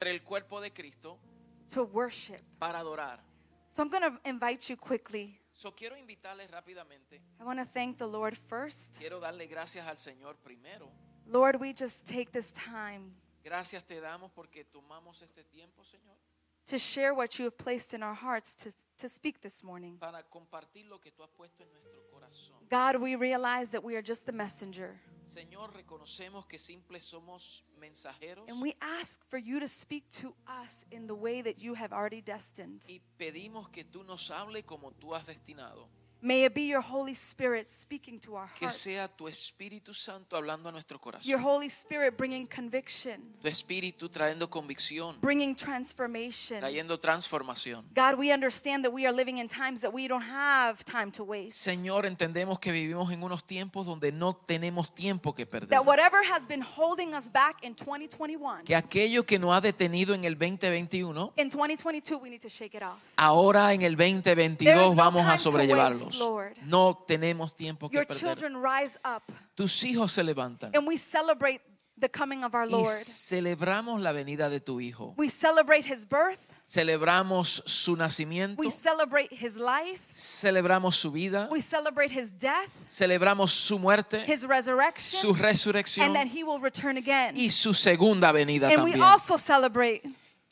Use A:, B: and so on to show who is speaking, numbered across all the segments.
A: entre el cuerpo de Cristo
B: to worship.
A: para adorar.
B: So I'm going to invite you quickly.
A: So, quiero invitarles rápidamente.
B: I want to thank the Lord first.
A: Quiero darle gracias al Señor primero.
B: Lord, we just take this time
A: Gracias te damos porque tomamos este tiempo, Señor,
B: to share what you have placed in our hearts to, to speak this morning.
A: para compartir lo que tú has puesto en nuestro corazón.
B: God, we realize that we are just the messenger.
A: Señor, reconocemos que simples somos mensajeros
B: And we ask for you to speak to us in the way that you have already destined.
A: y pedimos que tú nos hable como tú has destinado.
B: May it be your Holy Spirit speaking to our
A: Que
B: hearts.
A: sea tu Espíritu Santo hablando a nuestro
B: Your
A: corazón.
B: Holy Spirit bringing conviction,
A: Tu Espíritu trayendo convicción,
B: bringing transformation.
A: trayendo transformación.
B: God, we understand that we are living in times that we don't have time to waste.
A: Señor, entendemos que vivimos en unos tiempos donde no tenemos tiempo que perder.
B: That whatever has been holding us back in 2021,
A: Que aquello que nos ha detenido en el 2021
B: in 2022, we need to shake it off.
A: Ahora en el
B: There is
A: 2022
B: no
A: vamos
B: time
A: a
B: to waste,
A: sobrellevarlos.
B: Lord.
A: No tenemos tiempo que
B: Your
A: perder.
B: children rise up,
A: Tus hijos se levantan
B: and we celebrate the coming of our
A: y
B: Lord.
A: celebramos la venida de tu hijo.
B: We celebrate his birth,
A: Celebramos su nacimiento,
B: we celebrate his life,
A: celebramos su vida,
B: we celebrate his death,
A: celebramos su muerte,
B: his
A: su
B: resurrection,
A: resurrección
B: and that he will return again.
A: y su segunda venida
B: And we
A: también.
B: also celebrate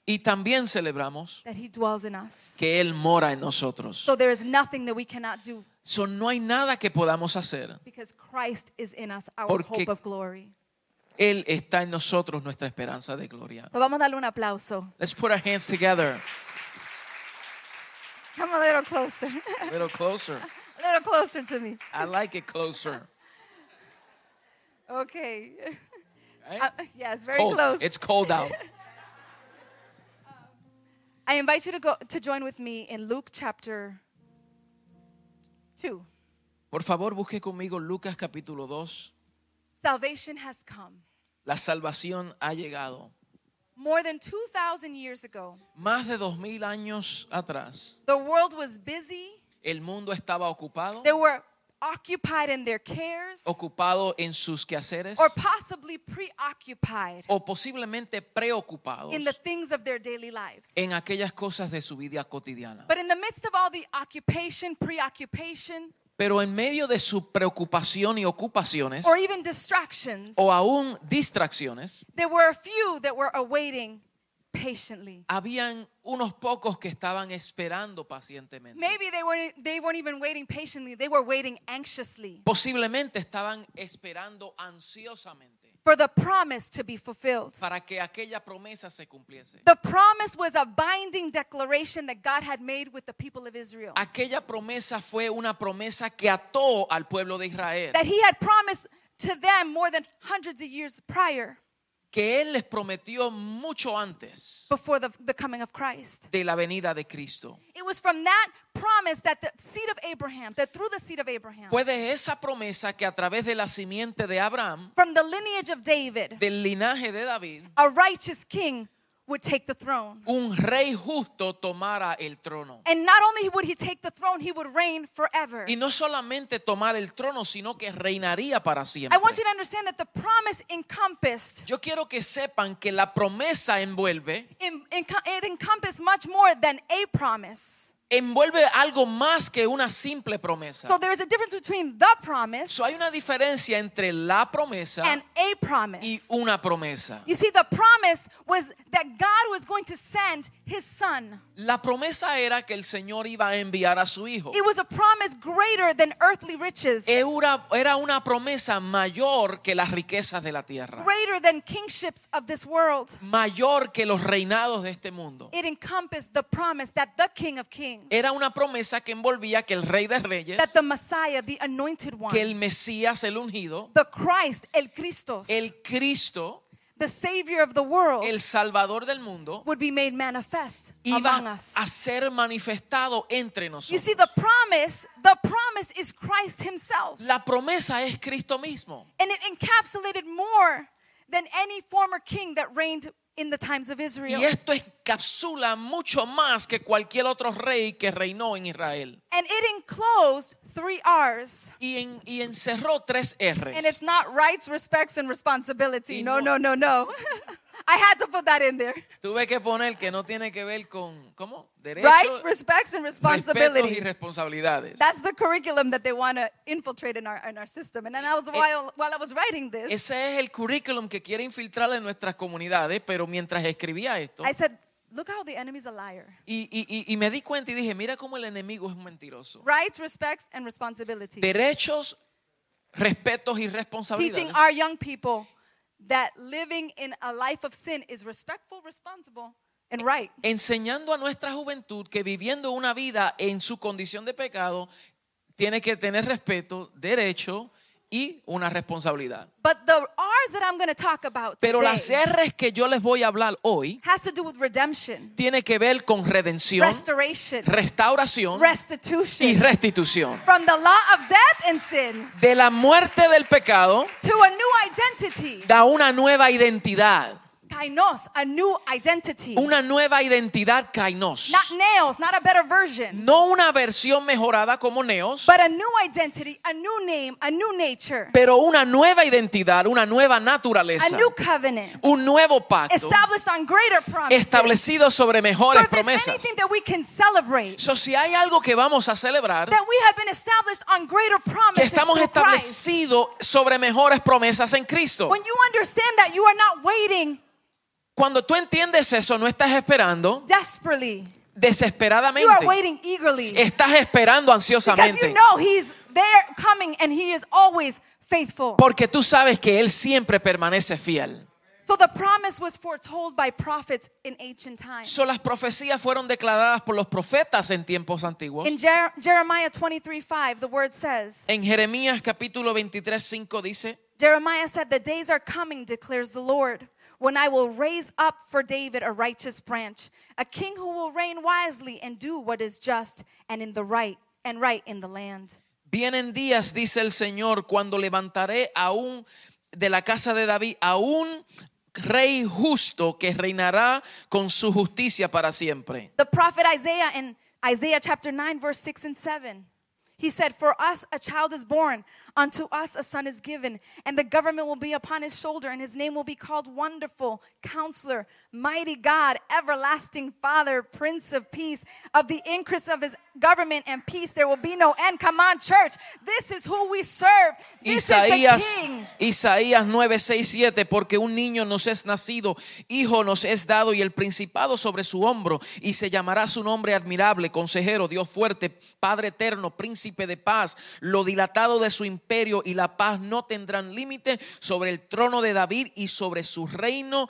A: Y también celebramos
B: that he dwells in us.
A: que él mora en nosotros.
B: So there is nothing that we cannot do
A: So, no hay nada que podamos hacer.
B: because Christ is in us, our
A: Porque-
B: hope of glory.
A: Él está en nosotros, nuestra esperanza de gloria.
B: So vamos a darle un aplauso.
A: Let's put our hands together.
B: Come a little closer.
A: A little closer.
B: a little closer to me.
A: I like it closer.
B: Okay.
A: right?
B: Uh, yes, very
A: Cold.
B: close.
A: It's cold out.
B: I invite you to go to join with me in Luke chapter 2.
A: Por favor, busque conmigo Lucas capítulo 2.
B: Salvation has come.
A: La salvación ha llegado.
B: More than 2000 years ago,
A: Más de dos mil años atrás,
B: the world was busy.
A: el mundo estaba ocupado,
B: They were occupied in their cares
A: Oh, ocupado en sus quehaceres
B: or possibly preoccupied
A: o posiblemente preocupados
B: in the things of their daily lives.
A: en aquellas cosas de su vida cotidiana.
B: But in the midst of all the occupation, preoccupation,
A: Pero en medio de su preocupación y ocupaciones
B: or even distractions,
A: o aún distracciones,
B: there were a few that were awaiting patiently.
A: habían unos pocos que estaban esperando pacientemente.
B: Maybe they weren't, they weren't even waiting patiently, they were waiting anxiously
A: Posiblemente estaban esperando ansiosamente
B: for the promise to be fulfilled.
A: para que aquella promesa se cumpliese.
B: The promise was a binding declaration that God had made with the people of Israel.
A: Aquella promesa fue una promesa que ató al pueblo de Israel,
B: That he had promised to them more than hundreds of years prior,
A: que él les prometió mucho antes
B: before the, the coming of Christ.
A: de la venida de Cristo.
B: It was from that promise that the seed of Abraham, that through the seed of Abraham,
A: Fue de esa promesa que a través de la simiente de Abraham,
B: from the lineage of David,
A: del linaje de David,
B: a righteous king would take the throne.
A: un rey justo tomara el trono.
B: And not only would he take the throne, he would reign forever.
A: Y no solamente tomar el trono, sino que reinaría para
B: I
A: siempre.
B: want you to understand that the promise encompassed,
A: Yo quiero que sepan que la promesa envuelve
B: en- enco- it encompassed much more than a promise.
A: envuelve algo más que una simple promesa.
B: So there is a difference between the promise
A: So, hay una diferencia entre la promesa
B: and a
A: y
B: promise.
A: una promesa.
B: You see, the promise was that God was going to send his son.
A: La promesa era que el Señor iba a enviar a su hijo.
B: It was a promise greater than earthly riches,
A: Eh. Era, era una promesa mayor que las riquezas de la tierra,
B: greater than kingships of this world.
A: mayor que los reinados de este mundo.
B: It encompassed the promise that the King of Kings,
A: Era una promesa que envolvía que el Rey de Reyes,
B: that the Messiah, the anointed one,
A: que el Mesías, el ungido,
B: the Christ, el Christos,
A: el Cristo,
B: the Savior of the world,
A: el Salvador del mundo,
B: would be made manifest among
A: iba
B: us.
A: a ser manifestado entre
B: You
A: nosotros.
B: see, the promise, the promise is Christ himself.
A: La promesa es Cristo mismo.
B: And it encapsulated more than any former king that reigned in the times of Israel.
A: Y esto encapsula mucho más que cualquier otro rey que reinó en Israel.
B: And it enclosed three R's.
A: Y, en- y encerró tres
B: And
A: R's.
B: it's not rights, respects, and responsibility.
A: Y
B: No, no,
A: no-
B: no, no. I had to put that in there.
A: Tuve que poner que no tiene que ver con, ¿cómo? Derechos,
B: Rights, respects, and
A: respetos y
B: responsibility.
A: responsabilidades.
B: That's the curriculum that they want to infiltrate in our, in our system. And then I
A: E
B: was while, while I was writing this,
A: Ese es el currículum que quiere infiltrar en nuestras comunidades, pero mientras escribía esto,
B: I said, look how the enemy's a liar.
A: y, y- y- y me di cuenta y dije, mira cómo el enemigo es un mentiroso.
B: Rights, respects, and responsibility.
A: Derechos, respetos y
B: Teaching
A: responsabilidades.
B: our young people that living in a life of sin is respectful, responsible,
A: Eh.
B: and right.
A: Enseñando a nuestra juventud que viviendo una vida en su condición de pecado, tiene que tener respeto, derecho y una responsabilidad.
B: But the R's that I'm going to talk about
A: Pero
B: today
A: las R's que yo les voy a hablar hoy
B: has to do with redemption,
A: tiene que ver con redención,
B: restoration,
A: restauración y
B: restitution.
A: restitución.
B: From the law of death and sin
A: De la muerte del pecado
B: to a new identity.
A: da una nueva identidad,
B: Kainos, a new identity.
A: una nueva identidad kainos.
B: Not nails, not a better version,
A: No una versión mejorada como Neos,
B: but a new identity, a new name, a new nature,
A: pero una nueva identidad, una nueva
B: a
A: naturaleza,
B: new covenant.
A: un nuevo pacto
B: established on greater promises.
A: establecido sobre
B: so if
A: mejores
B: there's
A: promesas.
B: anything that we can celebrate,
A: So, si hay algo que vamos a celebrar,
B: that we have been established on greater
A: que
B: promises
A: estamos
B: through Christ.
A: establecidos sobre mejores promesas en Cristo.
B: When you understand that you are not waiting
A: Cuando tú entiendes eso, no estás esperando
B: desperately. You are
A: desesperadamente.
B: waiting eagerly.
A: Estás esperando
B: Because you
A: ansiosamente.
B: know he's there coming and he is always faithful.
A: Porque tú sabes que Él siempre permanece fiel.
B: So the promise was foretold by prophets in ancient times.
A: So, las profecías fueron declaradas por los profetas en tiempos antiguos.
B: In Jer- Jeremiah 23, 5, the word says,
A: En Jeremías capítulo 23, 5 dice,
B: Jeremiah said, The days are coming, declares the Lord, when I will raise up for David a righteous branch, a king who will reign wisely and do what is just and in the right and right in the land.
A: Vienen días, dice el Señor, cuando levantaré aún de la casa de David a un rey justo que reinará con su justicia para siempre.
B: The prophet Isaiah in Isaiah chapter 9, verse 6 and 7. He said, For us a child is born, unto us a son is given, and the government will be upon his shoulder, and his name will be called Wonderful, Counselor, Mighty God, Everlasting Father, Prince of Peace. Of the increase of his government and peace, there will be no end. Come on, church. This is who we serve. This
A: Isaías,
B: is the King.
A: Isaías 9, 6, 7, porque un niño nos es nacido, hijo nos es dado y el principado sobre su hombro, y se llamará su nombre admirable, consejero, Dios fuerte, Padre eterno, príncipe de paz, lo dilatado de su imperio y la paz no tendrán límite sobre el trono de David y sobre su reino,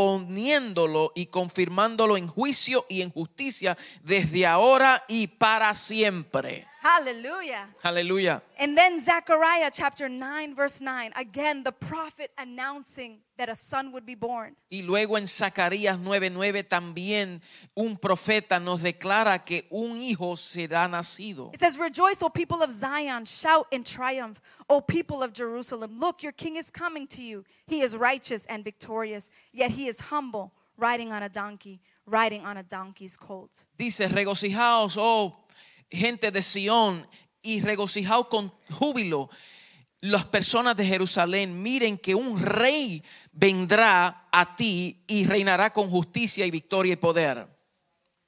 A: desponiéndolo y confirmándolo en juicio y en justicia desde ahora y para siempre.
B: Hallelujah.
A: Aleluya.
B: And then Zechariah chapter 9, verse 9, again, the prophet announcing that a son would be born.
A: Y luego en Zacarías 9:9 también un profeta nos declara que un hijo será nacido.
B: It says, Rejoice, O people of Zion, shout in triumph, O people of Jerusalem. Look, your king is coming to you. He is righteous and victorious, yet he is humble, riding on a donkey, riding on a donkey's colt.
A: Dice, regocijaos, oh gente de Sión, y regocijaos con júbilo las personas de Jerusalén. Miren que un rey vendrá a ti y reinará con justicia y victoria y poder.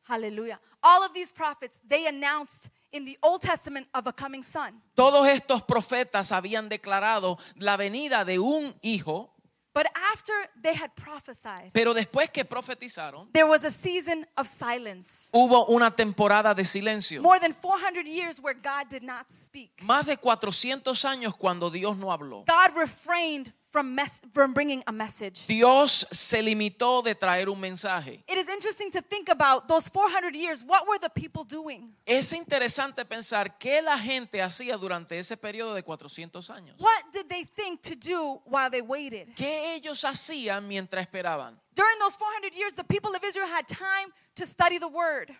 B: Hallelujah. All of these prophets, they announced in the Old Testament of a coming son.
A: Todos estos profetas habían declarado la venida de un hijo,
B: But after they had prophesied,
A: pero después que profetizaron,
B: there was a season of silence.
A: hubo una temporada de silencio.
B: More than 400 years where God did not speak.
A: Más de 400 años cuando Dios no habló.
B: God refrained from, mes- from bringing a message.
A: Dios se limitó de traer un mensaje.
B: It is interesting to think about those 400 years. What were the people doing?
A: Es interesante pensar qué la gente hacía durante ese periodo de 400 años.
B: What did they think to do while they waited?
A: ¿Qué ellos hacían mientras esperaban?
B: During those 400 years, the people of Israel had time to study the word.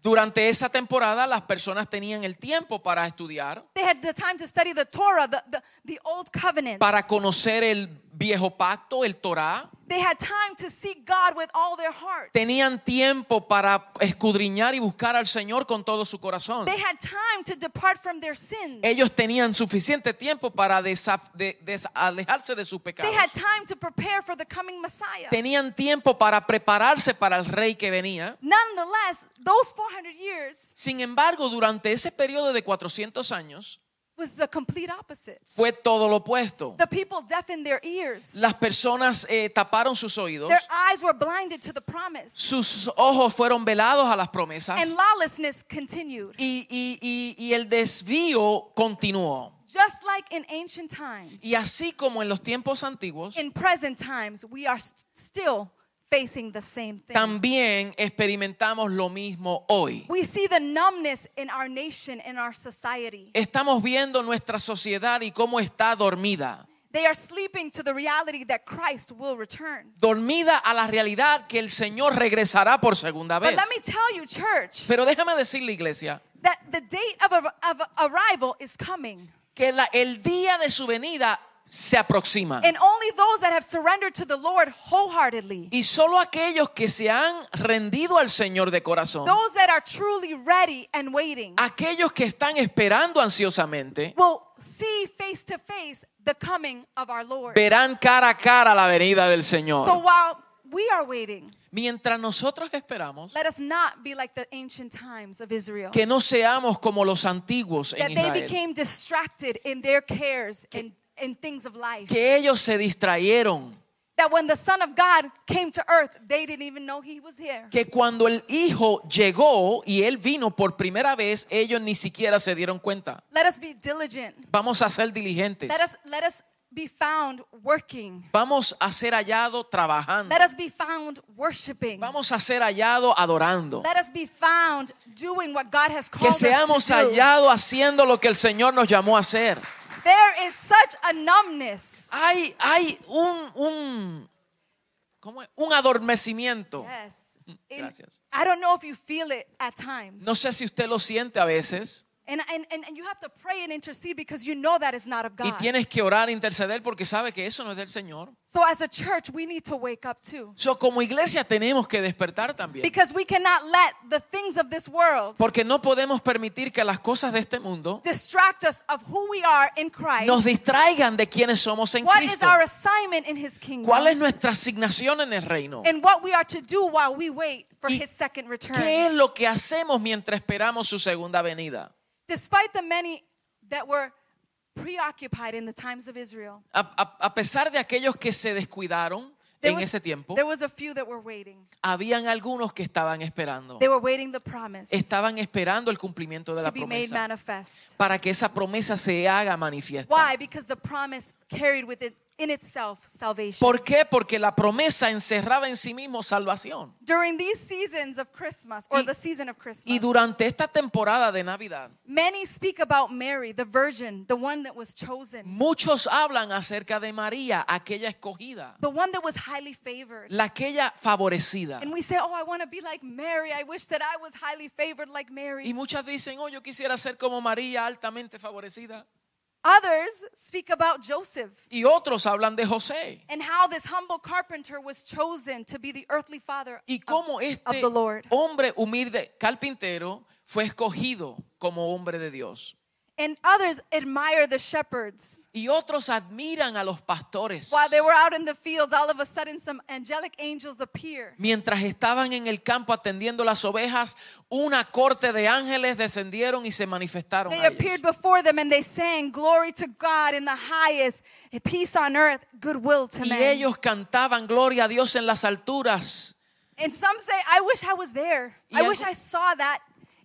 A: Durante esa temporada las personas tenían el tiempo para estudiar,
B: They had the time to study the Torah, the, the, the old covenant.
A: para conocer el viejo pacto, el Torá,
B: They had time to seek God with all their heart.
A: tenían tiempo para escudriñar y buscar al Señor con todo su corazón.
B: They had time to depart from their sins.
A: Ellos tenían suficiente tiempo para desaf- de- des- alejarse de sus pecados.
B: They had time to prepare for the coming Messiah.
A: Tenían tiempo para prepararse para el rey que venía.
B: Nonetheless, those 400 years
A: Sin embargo, durante ese periodo de 400 años
B: was the complete opposite.
A: fue todo lo opuesto.
B: The people deafened their ears.
A: Las personas eh, taparon sus oídos,
B: Their eyes were blinded to the promise.
A: sus ojos fueron velados a las promesas
B: And lawlessness continued.
A: y, y- y- y el desvío continuó.
B: Just like in ancient times,
A: Y así como en los tiempos antiguos,
B: in present times, we are st- still facing the same thing.
A: también experimentamos lo mismo hoy.
B: We see the numbness in our nation, in our society.
A: Estamos viendo nuestra sociedad y cómo está dormida.
B: They are sleeping to the reality that Christ will return.
A: Dormida a la realidad que el Señor regresará por segunda
B: But
A: vez.
B: let me tell you, church,
A: Pero déjame decirle, iglesia,
B: that the date of, ar- of arrival is coming.
A: que la- el día de su venida se aproxima.
B: And only those that have surrendered to the Lord wholeheartedly,
A: Y solo aquellos que se han rendido al Señor de corazón,
B: those that are truly ready and waiting,
A: aquellos que están esperando ansiosamente,
B: will see face to face the coming of our Lord.
A: verán cara a cara la venida del
B: So
A: Señor.
B: while we are waiting,
A: Mientras nosotros esperamos,
B: let us not be like the ancient times of Israel,
A: que no seamos como los antiguos en
B: that they
A: Israel,
B: became distracted in their cares and, and things of life.
A: que ellos se distrayeron,
B: That when the Son of God came to earth, they didn't even know he was here.
A: que cuando el Hijo llegó y Él vino por primera vez, ellos ni siquiera se dieron cuenta.
B: Let us be diligent.
A: Vamos a ser diligentes,
B: Let us let us be found working.
A: vamos a ser hallado trabajando,
B: Let us be found worshiping.
A: Hmm. vamos a ser hallado adorando.
B: Let us be found doing what God has
A: que
B: called us
A: seamos
B: to do.
A: hallados haciendo lo que el Señor nos llamó a hacer.
B: There is such a numbness.
A: Hay, hay un, un, ¿cómo es? un adormecimiento.
B: Yes.
A: Mm, Gracias.
B: I don't know if you feel it at times.
A: No sé si usted lo siente a veces
B: And, and, and, and you have to pray and intercede because you know that is not of
A: y
B: God.
A: tienes que orar, interceder porque sabe que eso no es del Señor.
B: So as a church, we need to wake up too.
A: So, como iglesia tenemos que despertar también
B: Because we cannot let the things of this world
A: porque no podemos permitir que las cosas de este mundo
B: distract us of who we are in Christ.
A: nos distraigan de quienes somos en
B: What is
A: Cristo.
B: our assignment in his kingdom?
A: ¿Cuál es nuestra asignación en el reino?
B: and what we are to do while we wait for
A: Y-
B: his second return.
A: ¿Qué es lo que hacemos mientras esperamos su segunda venida?
B: Despite the many that were preoccupied in the times of Israel,
A: a, a- a pesar de aquellos que se descuidaron
B: there,
A: en
B: was,
A: ese tiempo,
B: there was a few that were waiting.
A: habían algunos que estaban esperando.
B: They were waiting the promise
A: Estaban esperando el cumplimiento de
B: to
A: la
B: be made
A: promesa
B: manifest.
A: para que esa promesa se haga manifiesta.
B: Why? Because the promise carried with it in itself salvation.
A: ¿Por qué? Porque la promesa encerraba en sí mismo salvación.
B: During these seasons of Christmas, or
A: Y-
B: the season of Christmas,
A: Y durante esta temporada de Navidad,
B: many speak about Mary, the virgin, the one that was chosen,
A: muchos hablan acerca de María, aquella escogida,
B: the one that was highly favored.
A: la aquella favorecida.
B: And we say, Oh, I want to be like Mary. I wish that I was highly favored like
A: Y
B: Mary.
A: muchas dicen, oh, yo quisiera ser como María, altamente favorecida.
B: Others speak about Joseph
A: Y otros hablan de José.
B: and how this humble carpenter was chosen to be the earthly father
A: y
B: of,
A: cómo
B: of
A: este
B: the Lord.
A: hombre humilde carpintero fue escogido como hombre de Dios.
B: And others admire the shepherds.
A: Y otros admiran a los pastores.
B: While they were out in the fields, all of a sudden some angelic angels appear.
A: Mientras estaban en el campo atendiendo las ovejas, una corte de ángeles descendieron y se manifestaron.
B: They
A: a ellos.
B: appeared before them and they sang, Glory to God in the highest, peace on earth, goodwill to
A: Y
B: men.
A: ellos cantaban gloria a Dios en las alturas.
B: and some say, I wish I was there.
A: Y
B: I wish
A: algu-
B: I saw that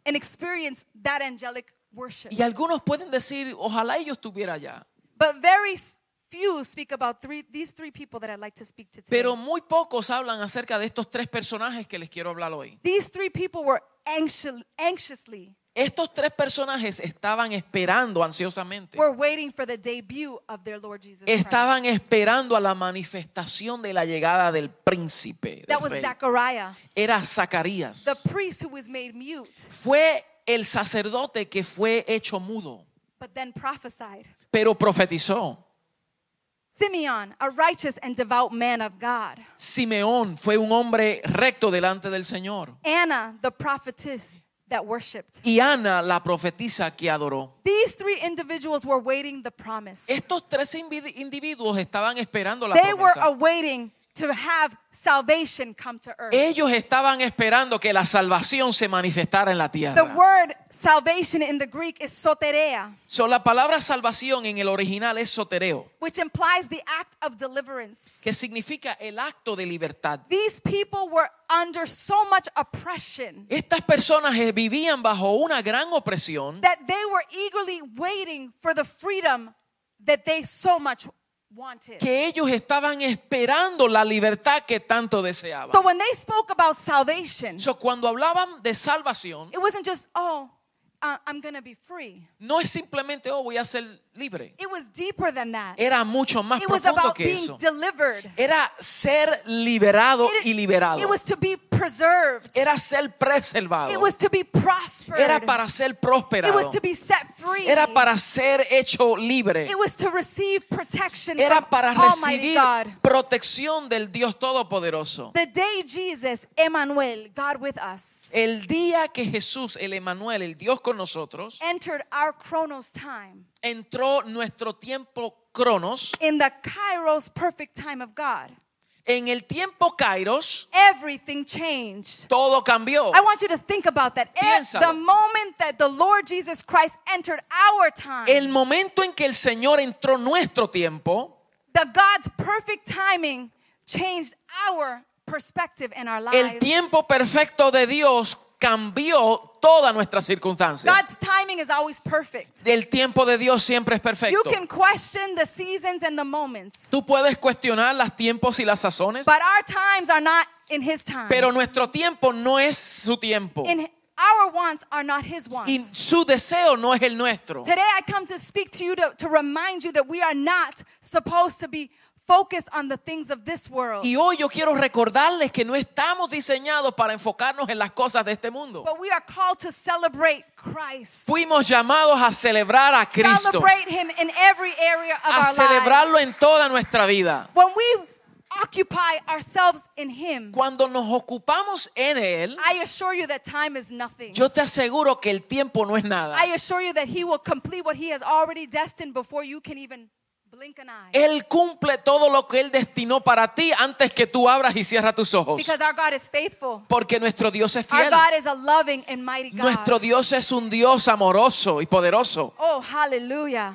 B: and experienced that angelic worship.
A: Y algunos pueden decir, ojalá yo estuviera allá.
B: But very s- few speak about three, these three people that I'd like to speak to today.
A: Pero muy pocos hablan acerca de estos tres personajes que les quiero hablar hoy.
B: these three people were anxious, anxiously,
A: Estos tres personajes estaban esperando ansiosamente.
B: were waiting for the debut of their Lord Jesus Christ.
A: estaban esperando a la manifestación de la llegada del príncipe. del
B: That was
A: rey.
B: Zechariah.
A: Era Zacarías.
B: the priest who was made mute,
A: Fue el sacerdote que fue hecho mudo,
B: but then prophesied.
A: pero profetizó.
B: Simeon, a righteous and devout man of God.
A: Simeón fue un hombre recto delante del Señor.
B: Anna, the prophetess that worshiped.
A: Y Ana, la profetisa que adoró.
B: These three individuals were waiting the promise.
A: Estos tres invi- individuos estaban esperando la
B: They were
A: promesa.
B: awaiting to have salvation come to earth.
A: Ellos estaban esperando que la salvación se manifestara en la
B: The
A: tierra.
B: word salvation in the Greek is soteria,
A: So, la palabra salvación en el original es sotereo,
B: which implies the act of deliverance.
A: que significa el acto de libertad.
B: These people were under so much oppression
A: Estas personas eh, vivían bajo una gran opresión
B: that they were eagerly waiting for the freedom that they so much wanted.
A: que ellos estaban esperando la libertad que tanto deseaban.
B: So when they spoke about salvation,
A: So, cuando hablaban de salvación,
B: it wasn't just, oh, uh, I'm going to be free.
A: no es simplemente, oh, voy a ser libre.
B: It was deeper than that.
A: Era mucho más
B: It was
A: profundo
B: about
A: que
B: being
A: eso.
B: delivered.
A: Era ser liberado
B: It-
A: y liberado.
B: It was to be preserved.
A: Era ser preservado.
B: It was to be prospered.
A: Era para ser
B: It was
A: prosperado.
B: to be set free.
A: Era para ser hecho libre.
B: It was to receive protection
A: Era
B: from
A: para recibir
B: Almighty God.
A: protección del Dios Todopoderoso.
B: The day Jesus, Emmanuel, God with us,
A: El día que Jesús, el Emanuel, el Dios con nosotros,
B: entered our chronos time
A: entró nuestro tiempo Cronos,
B: in the kairos perfect time of God,
A: en el tiempo Kairos,
B: everything changed.
A: todo cambió.
B: I want you to think about that. E-
A: Piénsalo.
B: The moment that the Lord Jesus Christ entered our time,
A: El momento en que el Señor entró nuestro tiempo,
B: the God's perfect timing changed our perspective in our lives.
A: el tiempo perfecto de Dios cambió todas nuestras circunstancias.
B: God's timing is always perfect.
A: El tiempo de Dios siempre es
B: You
A: perfecto.
B: can question the seasons and the moments,
A: Tú puedes cuestionar los tiempos y las sazones,
B: but our times are not in His time.
A: pero nuestro tiempo no es su tiempo
B: in our wants are not His wants.
A: y su deseo no es el nuestro.
B: Today I come to speak to you to, to remind you that we are not supposed to be focused on the things of this world,
A: Y hoy yo quiero recordarles que no estamos diseñados para enfocarnos en las cosas de este mundo.
B: but we are called to celebrate Christ.
A: Fuimos llamados a celebrar a Cristo,
B: Celebrate Him in every area of
A: a
B: our lives.
A: celebrarlo en toda nuestra vida.
B: When we occupy ourselves in Him,
A: Cuando nos ocupamos en Él,
B: I assure you that time is nothing.
A: yo te aseguro que el tiempo no es nada.
B: I assure you that He will complete what He has already destined before you can even blink an eye.
A: Él cumple todo lo que Él destinó para ti antes que tú abras y cierras tus ojos.
B: Because our God is faithful.
A: Porque nuestro Dios es
B: Our
A: fiel.
B: God is a loving and mighty
A: Nuestro
B: God.
A: Dios es un Dios amoroso y poderoso.
B: Oh, hallelujah.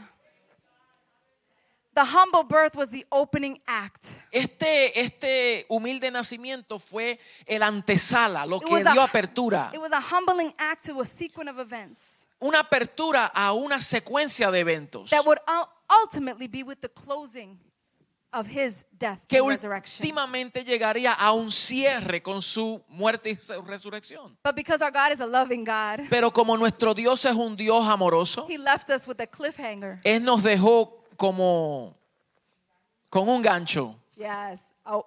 B: The humble birth was the opening act.
A: Este, este humilde nacimiento fue el antesala, lo
B: It
A: que
B: was a-
A: dio apertura.
B: It was a humbling act to a sequence of events
A: Una apertura a una secuencia de eventos
B: that would ul- ultimately be with the closing of his death
A: que
B: and resurrection.
A: últimamente llegaría a un cierre con su muerte y su resurrección.
B: But because our God is a loving God,
A: Pero como nuestro Dios es un Dios amoroso,
B: He left us with a cliffhanger.
A: Él nos dejó como con un gancho.
B: Yes. Oh,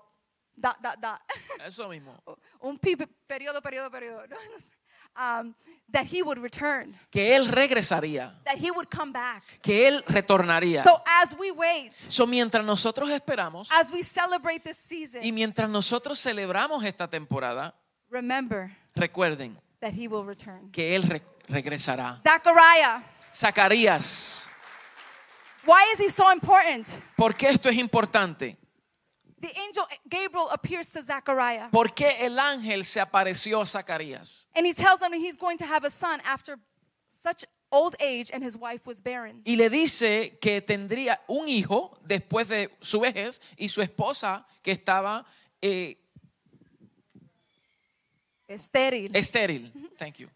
B: dot, dot, dot.
A: Eso mismo.
B: Un pi- periodo, periodo, periodo. No, no sé. Um, that He would return,
A: Que Él regresaría,
B: that He would come back.
A: que Él retornaría.
B: So as we wait,
A: So, mientras nosotros esperamos
B: as we celebrate this
A: y
B: season,
A: mientras nosotros celebramos esta temporada,
B: remember
A: recuerden
B: that He will return.
A: que Él re- regresará.
B: Zechariah,
A: Zacarías,
B: why is He so important?
A: ¿por qué esto es importante?
B: The angel Gabriel appears to Zechariah
A: ¿Por qué el ángel se apareció a Zacarías?
B: and he tells him he's going to have a son after such old age and his wife was barren.
A: Y le dice que tendría un hijo después de su vejez y su esposa que estaba eh,
B: Estéril.
A: estéril. Thank you.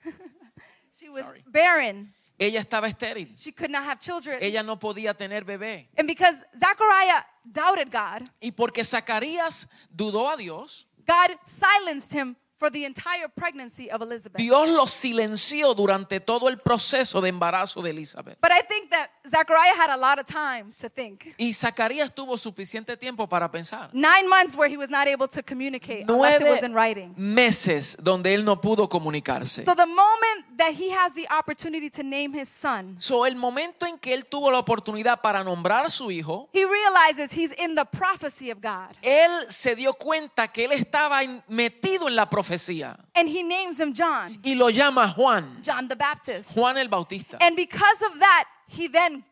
B: She was
A: Eh, Sorry.
B: barren.
A: Ella estaba estéril.
B: She could not have children.
A: Ella no podía tener bebé.
B: And because Zechariah doubted God,
A: Y porque Zacarías dudó a Dios,
B: God silenced him for for the entire pregnancy of Elizabeth.
A: Dios los silenció durante todo el proceso de embarazo de Elizabeth.
B: But I think that Zechariah had a lot of time to think.
A: Y Zacarías tuvo suficiente tiempo para pensar.
B: Nine months where he was not able to communicate unless it was in
A: Nueve
B: writing.
A: meses donde él no pudo comunicarse.
B: So the moment that he has the opportunity to name his son,
A: So, el momento en que él tuvo la oportunidad para nombrar a su hijo,
B: he realizes he's in the prophecy of God.
A: él se dio cuenta que él estaba en- metido en la profecía
B: And he names him John,
A: y lo llama Juan,
B: John the Baptist.
A: Juan el Bautista.
B: And because of that, he then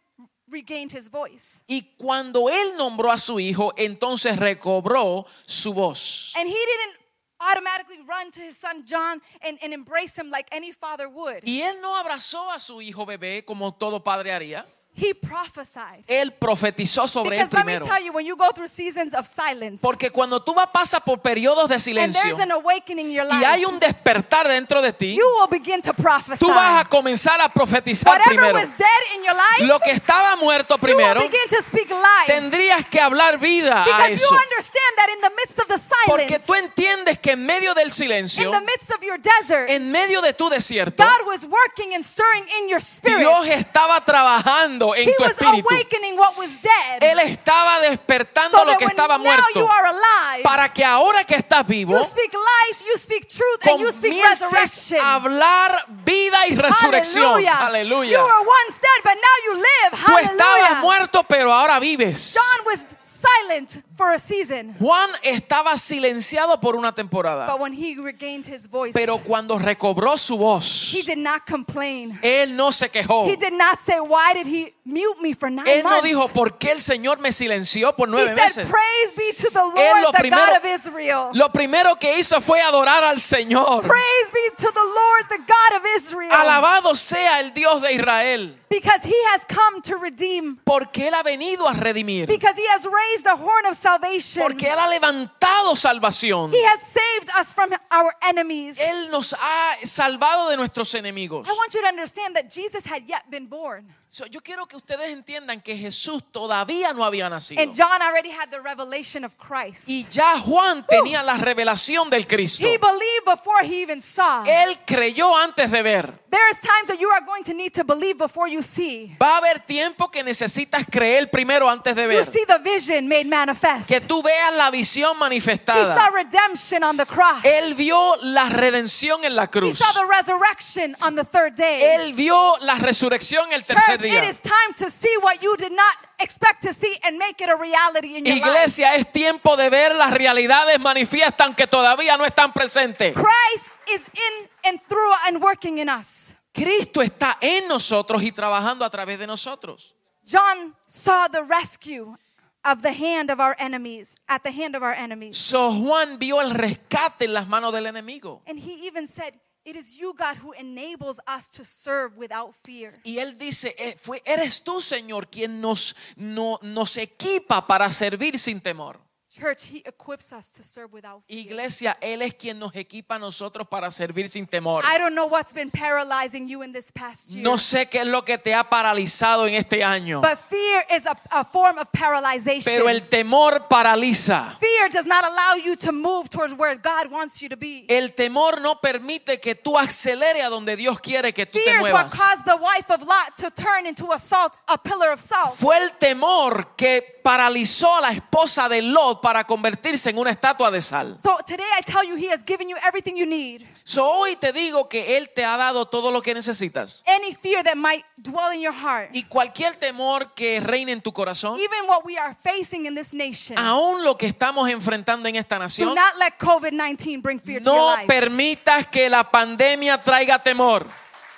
B: regained his voice.
A: Y cuando él nombró a su hijo, entonces recobró su voz.
B: And he didn't automatically run to his son John and, and embrace him like any father would.
A: Y él no abrazó a su hijo bebé como todo padre haría.
B: He prophesied.
A: Él profetizó sobre él
B: Because let me
A: primero.
B: tell you, when you go through seasons of silence,
A: Porque cuando tú vas pasas por periodos de
B: and
A: silencio
B: there's an awakening in your
A: y hay
B: life,
A: un despertar dentro de ti,
B: you will begin to prophesy.
A: tú vas a comenzar a profetizar
B: Whatever
A: primero.
B: was dead in your
A: Lo
B: life,
A: que estaba muerto
B: you will
A: primero,
B: begin to speak life.
A: tendrías que hablar vida a
B: Because you
A: eso.
B: understand that in the midst of the
A: Porque tú
B: silence,
A: entiendes que en medio del
B: in
A: silencio,
B: the midst of your desert,
A: en medio de tu desierto,
B: God was working and stirring in your
A: Dios
B: spirit.
A: estaba trabajando en
B: He
A: tu
B: was
A: espíritu.
B: awakening what was dead.
A: Él estaba despertando
B: So
A: lo
B: that
A: que
B: when
A: estaba
B: now you
A: muerto
B: are alive,
A: para que ahora que estás vivo
B: you speak life, you speak truth, and you speak
A: comiences
B: resurrection.
A: a hablar vida y resurrección. Aleluya.
B: You were once dead, but now you live.
A: Tú estabas
B: Hallelujah.
A: muerto, pero ahora vives.
B: John was silent for a season,
A: Juan estaba silenciado por una temporada,
B: but when he regained his voice,
A: pero cuando recobró su voz,
B: he did not complain.
A: él no se quejó.
B: He did not say, Why did he mute me for nine
A: Oh. Él no
B: months?
A: dijo por qué el Señor me silenció por
B: he
A: nueve
B: said,
A: meses.
B: Praise be to the Lord,
A: Él lo
B: the God
A: primero-
B: of Israel.
A: Lo primero que hizo fue adorar al Señor.
B: Praise be to the Lord, the God of Israel.
A: Alabado sea el Dios de Israel,
B: Because he has come to redeem.
A: porque Él ha venido a redimir,
B: Because he has raised a horn of salvation.
A: porque Él ha levantado salvación.
B: He has saved us from our enemies.
A: Él nos ha salvado de nuestros enemigos.
B: I want you to understand that Jesus had yet been born.
A: So, yo quiero que ustedes entiendan que Jesús todavía no había nacido.
B: And John already had the revelation of Christ.
A: Y ya Juan tenía la revelación del Cristo.
B: He believed before he even saw.
A: Él creyó antes de ver.
B: There's times that you are going to need to believe before you see.
A: Va a haber tiempo que necesitas creer primero antes de
B: You
A: ver.
B: see the vision made manifest.
A: Que tú veas la visión
B: He saw
A: manifestada.
B: redemption on the cross.
A: Él vio la redención en la
B: He
A: cruz.
B: saw the resurrection on the third day.
A: Él vio la resurrección el tercer
B: Church,
A: día.
B: it is time to see what you did not expect to see and make it a reality in your life.
A: Iglesia, es tiempo de ver las realidades manifiestas que todavía no están presentes.
B: Christ is in and through and working in us.
A: Cristo está en nosotros y trabajando a través de nosotros.
B: John saw the rescue of the hand of our enemies, at the hand of our enemies.
A: So Juan vio el rescate en las manos del enemigo.
B: And he even said, It is you, God, who enables us to serve without fear.
A: Y él dice, "Eh, fue- eres tú, Señor, quien nos, no- nos equipa para servir sin temor.
B: Church, he equips us to serve without fear.
A: Iglesia, Él es quien nos equipa a nosotros para servir sin temor.
B: I don't know what's been paralyzing you in this past year,
A: No sé qué es lo que te ha paralizado en este año,
B: but fear is a, a form of paralyzation.
A: pero el temor paraliza.
B: fear does not allow you to move towards where God wants you to be.
A: El temor no permite que tú acelere a donde Dios quiere que tú te
B: Fear is what
A: muevas.
B: caused the wife of Lot to turn into a salt, a pillar of salt.
A: Fue el temor que paralizó a la esposa de Lot para convertirse en una estatua de sal.
B: So today I tell you, He has given you everything you need.
A: So, hoy te digo que Él te ha dado todo lo que necesitas.
B: Any fear that might dwell in your heart,
A: Y cualquier temor que reine en tu corazón,
B: even what we are facing in this nation,
A: aún lo que estamos enfrentando en esta
B: do
A: nación,
B: not let COVID 19 bring fear to your
A: no
B: life.
A: permitas que la pandemia traiga temor.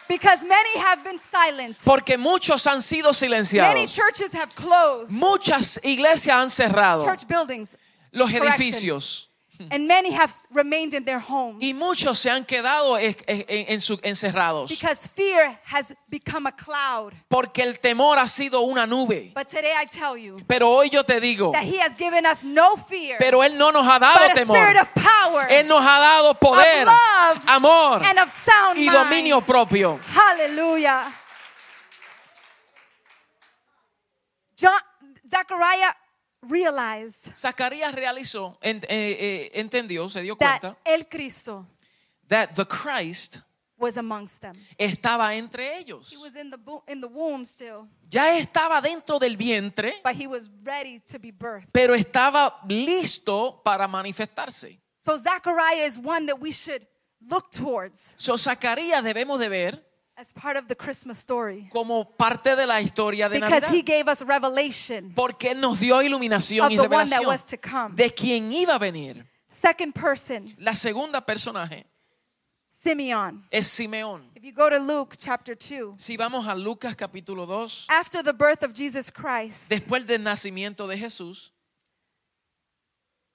B: Because many have been silent,
A: Porque muchos han sido
B: many
A: silenciados.
B: churches have closed
A: Muchas iglesias han cerrado
B: church buildings,
A: los
B: correction.
A: edificios.
B: and many have s- remained in their homes
A: Y muchos se han quedado es- es- en- en su- encerrados.
B: because fear has become a cloud.
A: Porque el temor ha sido una nube.
B: But today I tell you
A: Pero hoy yo te digo,
B: that He has given us no fear,
A: pero Él no nos ha dado
B: but a spirit
A: temor.
B: of power
A: Él nos ha dado poder,
B: love
A: amor
B: and of sound
A: y
B: mind.
A: dominio propio.
B: Hallelujah. John Zechariah realized
A: Zacarías realizó, en- eh, eh, entendió, se dio
B: that
A: cuenta
B: El Cristo,
A: that the Christ
B: was amongst them.
A: estaba entre
B: He
A: ellos.
B: was in the, bo- in the womb still,
A: Ya estaba dentro del vientre,
B: but he was ready to be birthed.
A: pero estaba listo para manifestarse.
B: So Zechariah is one that we should look towards
A: So, Zacarías debemos de ver
B: as part of the Christmas story
A: como parte de la historia de
B: because
A: Navidad.
B: he gave us revelation.
A: Porque Él nos dio iluminación
B: Of
A: y
B: the one that was to
A: revelación
B: come.
A: de quien iba a venir.
B: Second person,
A: La segunda personaje
B: Simeon.
A: es Simeón.
B: If you go to Luke chapter 2,
A: Si vamos a Lucas capítulo 2,
B: after the birth of Jesus Christ,
A: después del nacimiento de Jesús,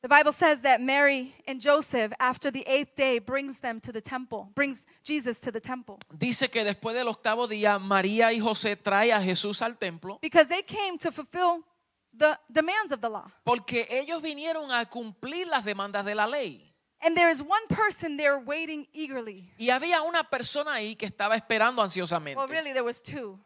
B: The Bible says that Mary and Joseph, after the eighth day, brings them to the temple, brings Jesus to the temple.
A: dice que después del octavo día, María y José trae a Jesús al templo
B: Because they came to fulfill the demands of the law.
A: porque ellos vinieron a cumplir las demandas de la ley.
B: And there is one person there waiting eagerly.
A: Y había una persona ahí que estaba esperando
B: Well,
A: ansiosamente.
B: really, there was two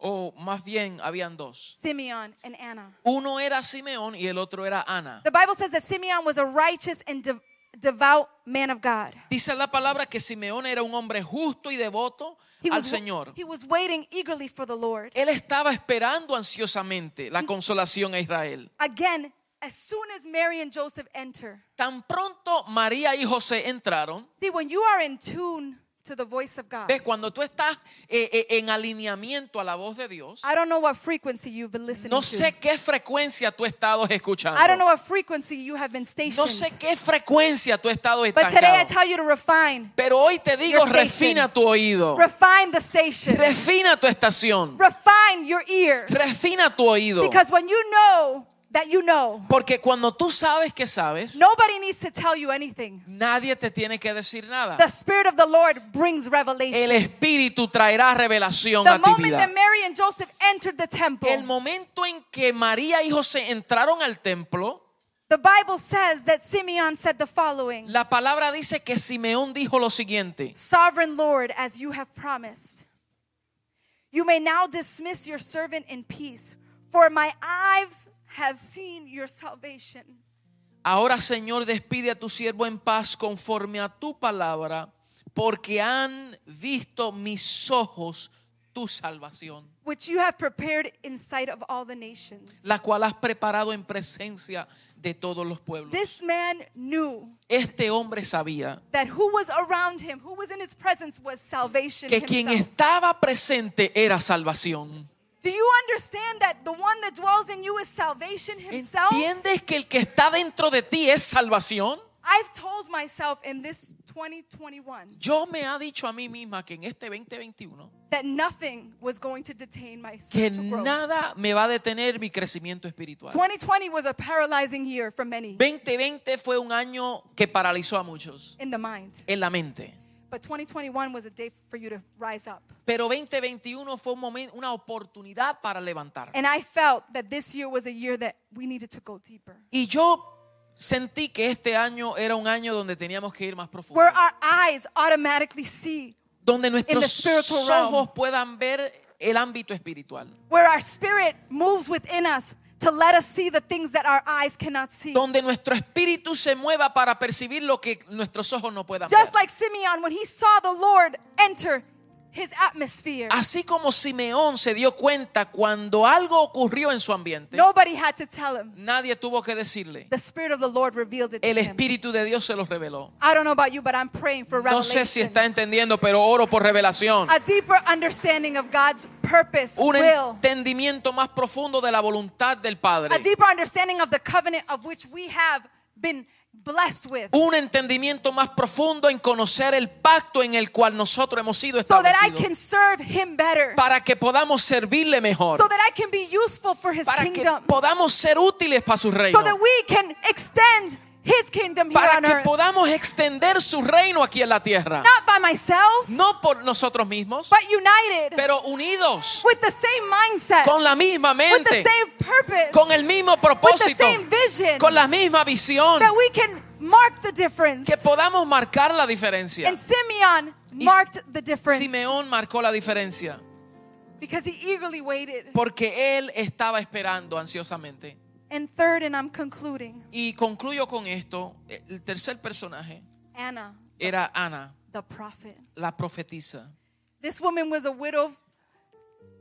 A: O más bien, habían dos.
B: Simeon and Anna.
A: Uno era Simeón y el otro era Ana.
B: The Bible says that Simeon was a righteous and de- devout man of God.
A: Dice la palabra que Simeón era un hombre justo y devoto
B: He
A: al
B: was,
A: Señor.
B: he was waiting eagerly for the Lord.
A: Él estaba esperando ansiosamente la consolación a Israel.
B: Again, as soon as Mary and Joseph enter,
A: Tan pronto María y José entraron.
B: see, when you are in tune to the voice of God,
A: Ves, cuando tú estás eh, eh, en alineamiento a la voz de Dios,
B: I don't know what frequency you've been listening
A: no
B: to.
A: sé qué frecuencia tú has estado escuchando.
B: I don't know what frequency you have been stationed.
A: No sé qué frecuencia tú has estado
B: but today I
A: estancado.
B: tell you to refine.
A: Pero hoy te digo,
B: your station.
A: refina tu oído.
B: Refine the station.
A: Refina tu estación.
B: refine your ear.
A: Refina tu oído.
B: because when you know that you know,
A: Porque cuando tú sabes que sabes,
B: nobody needs to tell you anything.
A: nadie te tiene que decir nada.
B: The Spirit of the Lord brings
A: El
B: revelation.
A: Espíritu traerá revelación
B: The
A: a tu
B: moment
A: vida.
B: that Mary and Joseph entered the temple,
A: El momento en que María y José entraron al templo,
B: the Bible says that Simeon said the following
A: la palabra dice que Simeón dijo lo siguiente.
B: Sovereign Lord, as you have promised, you may now dismiss your servant in peace, for my eyes have seen your salvation.
A: Ahora, Señor, despide a tu siervo en paz conforme a tu palabra, porque han visto mis ojos tu salvación,
B: Which you have prepared in sight of all the nations.
A: la cual has preparado en presencia de todos los pueblos.
B: This man knew
A: Este hombre sabía
B: that who was around him, who was in his presence, was salvation.
A: que quien
B: himself.
A: estaba presente era salvación.
B: Do you understand that the one that dwells in you is salvation himself?
A: ¿Entiendes que el que está dentro de ti es salvación?
B: I've told myself in this 2021
A: Yo me ha dicho a mí misma que en este 2021
B: that nothing was going to detain my
A: que
B: spiritual growth.
A: nada me va a detener mi crecimiento espiritual.
B: 2020 was a paralyzing year for many
A: 2020 fue un año que paralizó a muchos
B: in the mind,
A: en la mente,
B: but 2021 was a day for you to rise up.
A: pero 2021 fue un momento, una oportunidad para levantar.
B: And I felt that this year was a year that we needed to go deeper.
A: Y yo sentí que este año era un año donde teníamos que ir más profundo,
B: Where our eyes automatically see,
A: donde nuestros
B: spiritual realm.
A: ojos puedan ver el ámbito espiritual,
B: where our spirit moves within us to let us see the things that our eyes cannot see.
A: donde nuestro espíritu se mueva para percibir lo que nuestros ojos no puedan ver.
B: Just like Simeon, when he saw the Lord enter his atmosphere,
A: Así como Simeón se dio cuenta cuando algo ocurrió en su ambiente,
B: nobody had to tell him.
A: nadie tuvo que decirle.
B: The Spirit of the Lord revealed it to
A: El
B: him.
A: Espíritu de Dios se los reveló.
B: I don't know about you, but I'm praying for
A: No sé
B: revelation.
A: si está entendiendo, pero oro por revelación.
B: a deeper understanding of God's purpose,
A: Un
B: will,
A: entendimiento más profundo de la voluntad del Padre.
B: a deeper understanding of the covenant of which we have been blessed with,
A: Un entendimiento más profundo en conocer el pacto en el cual nosotros hemos sido
B: so that I can
A: establecidos.
B: serve Him better,
A: Para que podamos servirle mejor.
B: so that I can be useful for His
A: Para que
B: kingdom,
A: podamos ser útiles para su reino.
B: so that we can extend His kingdom here
A: Para
B: on
A: que
B: earth.
A: podamos extender su reino aquí en la tierra.
B: Not by myself,
A: no por nosotros mismos,
B: but united
A: pero unidos
B: with the same mindset,
A: con la misma
B: with the
A: mente,
B: same purpose,
A: con el mismo
B: with the
A: propósito,
B: same vision,
A: con la misma visión,
B: that we can mark the difference.
A: que podamos marcar la diferencia.
B: And Simeon
A: Y-
B: marked the difference.
A: Simeón marcó la diferencia
B: because he eagerly waited.
A: porque él estaba esperando ansiosamente.
B: And third, and I'm concluding,
A: Y concluyo con esto, el tercer personaje
B: Anna,
A: era Ana,
B: the prophet.
A: la profetiza.
B: This woman was a widow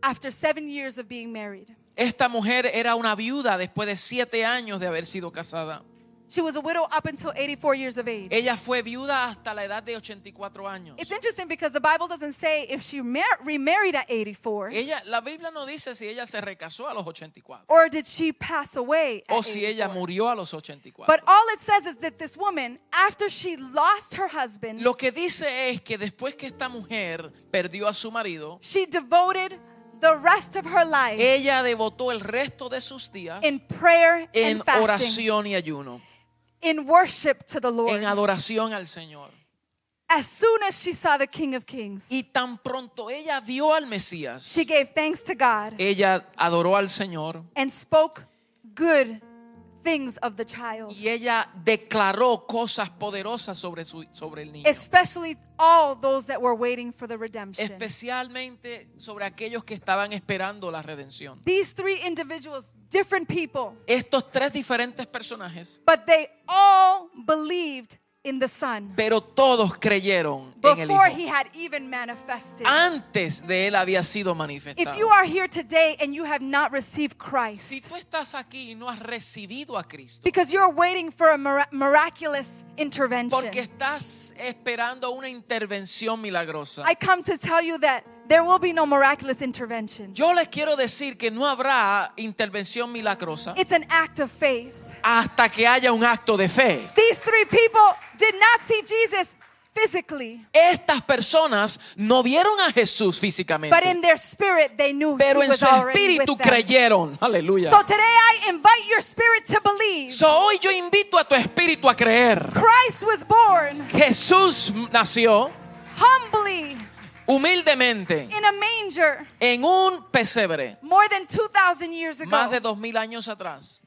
B: after seven years of being married.
A: Esta mujer era una viuda después de siete años de haber sido casada.
B: She was a widow up until 84 years of age.
A: Ella fue viuda hasta la edad de 84 años.
B: It's interesting because the Bible doesn't say if she mar- remarried at 84
A: Ella, la Biblia no dice si ella se recasó a los 84
B: or did she pass away at
A: o si Oh, ella
B: 84.
A: murió a los 84.
B: But all it says is that this woman, after she lost her husband,
A: Lo que dice es que después que esta mujer perdió a su marido,
B: she devoted the rest of her life
A: ella devotó el resto de sus días
B: in prayer
A: en
B: and fasting,
A: oración y ayuno,
B: in worship to the Lord.
A: en adoración al Señor.
B: As soon as she saw the King of Kings,
A: Y tan pronto ella vio al Mesías,
B: she gave thanks to God
A: ella adoró al Señor
B: and spoke good things of the child,
A: y ella declaró cosas poderosas sobre, su, sobre el niño.
B: especially all those that were waiting for the redemption.
A: especialmente sobre aquellos que estaban esperando la redención.
B: These three individuals, different people,
A: Estos tres diferentes personajes,
B: but they all believed in the Son
A: pero todos creyeron en el
B: before he
A: Hijo. Ah.
B: had even manifested.
A: Antes de él había sido
B: If you
A: manifestado.
B: are here today and you have not received
A: Si
B: Christ
A: tú estás aquí y no has recibido a Cristo,
B: because you're waiting for a mira- miraculous
A: porque
B: intervention,
A: estás esperando una intervención milagrosa,
B: I come to tell you that there will be no miraculous intervention.
A: yo les quiero decir que no habrá intervención milagrosa
B: It's an act of faith.
A: hasta que haya un acto de fe.
B: These three people did not see Jesus physically,
A: Estas personas no vieron a Jesús físicamente.
B: but in their spirit they knew
A: pero
B: he
A: en
B: was
A: su
B: already
A: espíritu
B: with them.
A: creyeron. Aleluya.
B: So today I invite your spirit to believe.
A: So, hoy yo invito a tu espíritu a creer.
B: Christ was born
A: Jesús nació
B: humbly
A: humildemente
B: in a manger
A: en un pesebre
B: more than 2,000 years
A: más de
B: ago
A: dos mil años atrás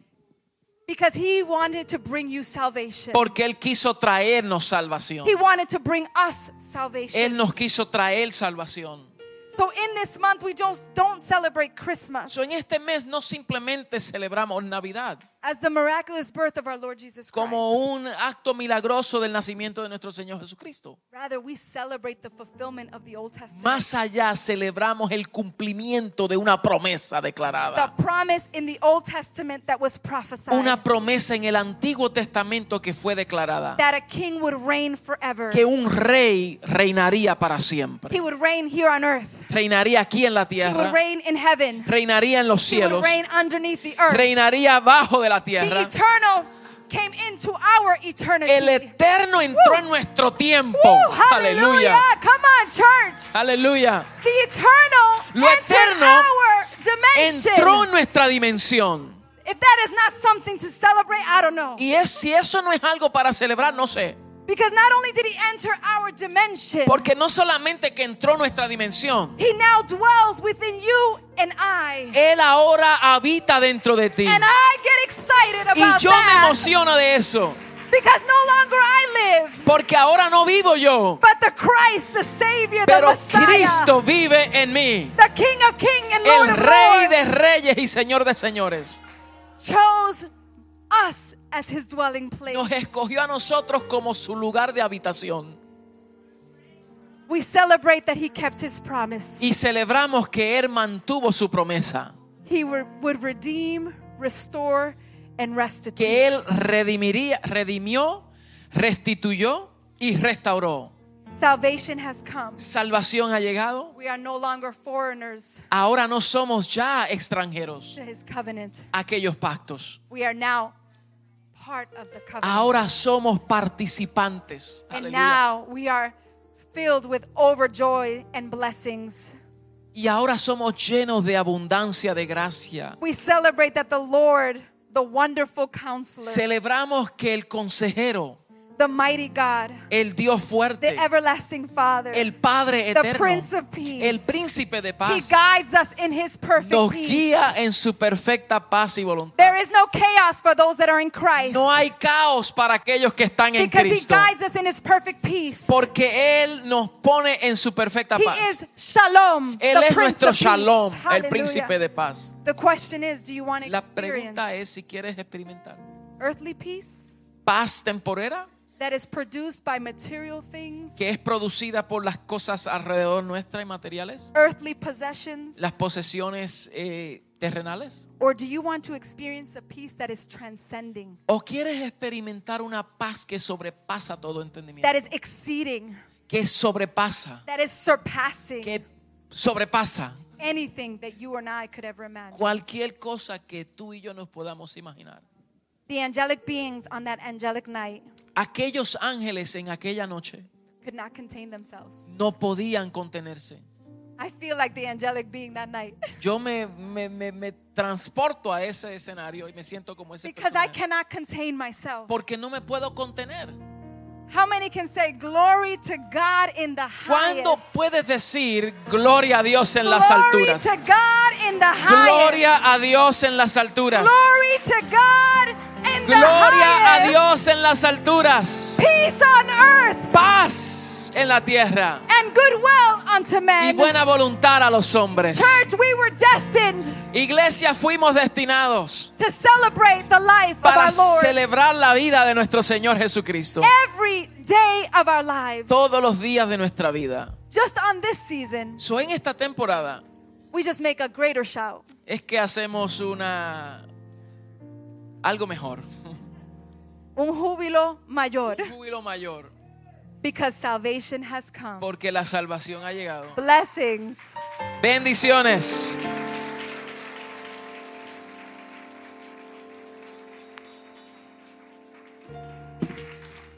B: because he wanted to bring you salvation.
A: porque Él quiso traernos salvación.
B: He wanted to bring us
A: Él
B: salvation.
A: nos quiso traer salvación.
B: So in this month, we just don't celebrate Christmas
A: So, en este mes no simplemente celebramos Navidad
B: as the miraculous birth of our Lord Jesus
A: como
B: Christ.
A: un acto milagroso del nacimiento de nuestro Señor Jesucristo.
B: Rather, we celebrate the fulfillment of the Old Testament.
A: Más allá celebramos el cumplimiento de una promesa declarada.
B: The promise in the Old Testament that was prophesied
A: una promesa en el Antiguo Testamento que fue declarada,
B: that a king would reign forever.
A: que un rey reinaría para siempre,
B: He would reign here on earth.
A: reinaría aquí en la
B: He would
A: tierra,
B: reign in heaven.
A: reinaría en los
B: He would
A: cielos,
B: reign underneath the earth.
A: reinaría abajo de la
B: The
A: tierra.
B: eternal came into our
A: El
B: eternity.
A: eterno entró
B: Woo.
A: en nuestro tiempo.
B: Woo,
A: Aleluya.
B: hallelujah. Come on, church.
A: Aleluya.
B: The eternal
A: Lo
B: entered
A: eterno
B: our
A: Entró en
B: dimension.
A: nuestra dimensión.
B: If that is not something to celebrate, I don't know.
A: Y es si eso no es algo para celebrar, no sé.
B: Because not only did he enter our dimension,
A: Porque no solamente que entró en nuestra dimensión,
B: he now dwells within you and I.
A: Él ahora habita dentro de ti.
B: And I get excited
A: Y
B: about
A: yo me
B: that
A: emociono de eso.
B: because no longer I live,
A: Porque ahora no vivo yo,
B: but the Christ, the Savior, the
A: pero
B: Messiah,
A: Cristo vive en mí.
B: the King of Kings and Lord
A: El
B: of
A: Rey de
B: Lords,
A: Reyes y Señor de Señores
B: chose us as his dwelling place.
A: nos escogió a nosotros como su lugar de habitación.
B: We celebrate that he kept his promise.
A: Y celebramos que Él mantuvo su promesa,
B: He were- would redeem, restore, and restitute.
A: que Él redimiría, redimió, restituyó y restauró.
B: Salvation has come.
A: Salvación ha llegado.
B: We are no longer foreigners
A: Ahora no somos ya extranjeros,
B: to his covenant.
A: aquellos pactos.
B: We are now part of the covenant.
A: Ahora somos participantes.
B: and
A: Aleluya.
B: now we are filled with overjoy and blessings.
A: Y ahora somos llenos de abundancia de gracia.
B: We celebrate that the Lord, the wonderful counselor,
A: Celebramos que el consejero,
B: the mighty God,
A: el Dios fuerte,
B: the everlasting Father,
A: el Padre
B: the
A: eterno,
B: Prince of Peace,
A: el príncipe de
B: he
A: paz,
B: guides us in his perfect
A: nos
B: peace.
A: guía en su perfecta paz y voluntad.
B: There is no chaos for those that are in Christ.
A: No hay caos para aquellos que están en
B: because he
A: Cristo,
B: guides us in his perfect peace.
A: porque Él nos pone en su perfecta
B: he
A: paz.
B: is Shalom,
A: Él
B: the
A: es
B: Prince
A: nuestro
B: of
A: shalom,
B: Peace.
A: el príncipe de paz.
B: The question is, do you want to
A: La
B: experience
A: pregunta es si quieres experimentar
B: earthly peace
A: paz temporera
B: that is produced by material things,
A: que es producida por las cosas alrededor nuestra y materiales,
B: earthly possessions?
A: las posesiones eh, terrenales?
B: Or do you want to experience a peace that is transcending,
A: ¿O quieres experimentar una paz que sobrepasa todo entendimiento?
B: that is exceeding,
A: Que sobrepasa,
B: that is surpassing
A: que sobrepasa
B: anything that you and I could ever imagine?
A: cualquier cosa que tú y yo nos podamos imaginar.
B: The angelic beings on that angelic night
A: Aquellos ángeles en aquella noche
B: could not contain themselves.
A: no podían contenerse.
B: I feel like the angelic being that night
A: Yo me, me- me- me transporto a ese escenario y me siento como ese
B: because I
A: personaje.
B: cannot contain myself.
A: porque no me puedo contener.
B: How many can say glory to God in the
A: ¿Cuándo
B: highest?
A: puedes decir gloria a Dios en las
B: Glory
A: alturas?
B: to God in the highest.
A: Gloria a Dios en las alturas.
B: Glory to God in the
A: Gloria a
B: highest.
A: Dios en las alturas.
B: Peace on earth
A: Paz en la tierra.
B: and goodwill unto
A: Y
B: men.
A: buena voluntad a los hombres.
B: Church, we were destined
A: Iglesia, fuimos destinados
B: to celebrate the life of
A: para
B: our Lord
A: celebrar la vida de nuestro Señor Jesucristo.
B: every day of our lives.
A: Todos los días de nuestra vida.
B: Just on this season,
A: So, en esta temporada
B: we just make a greater shout.
A: es que hacemos una... algo mejor.
B: Un júbilo mayor
A: Un júbilo mayor.
B: because salvation has come.
A: Porque la salvación ha llegado.
B: Blessings.
A: Bendiciones.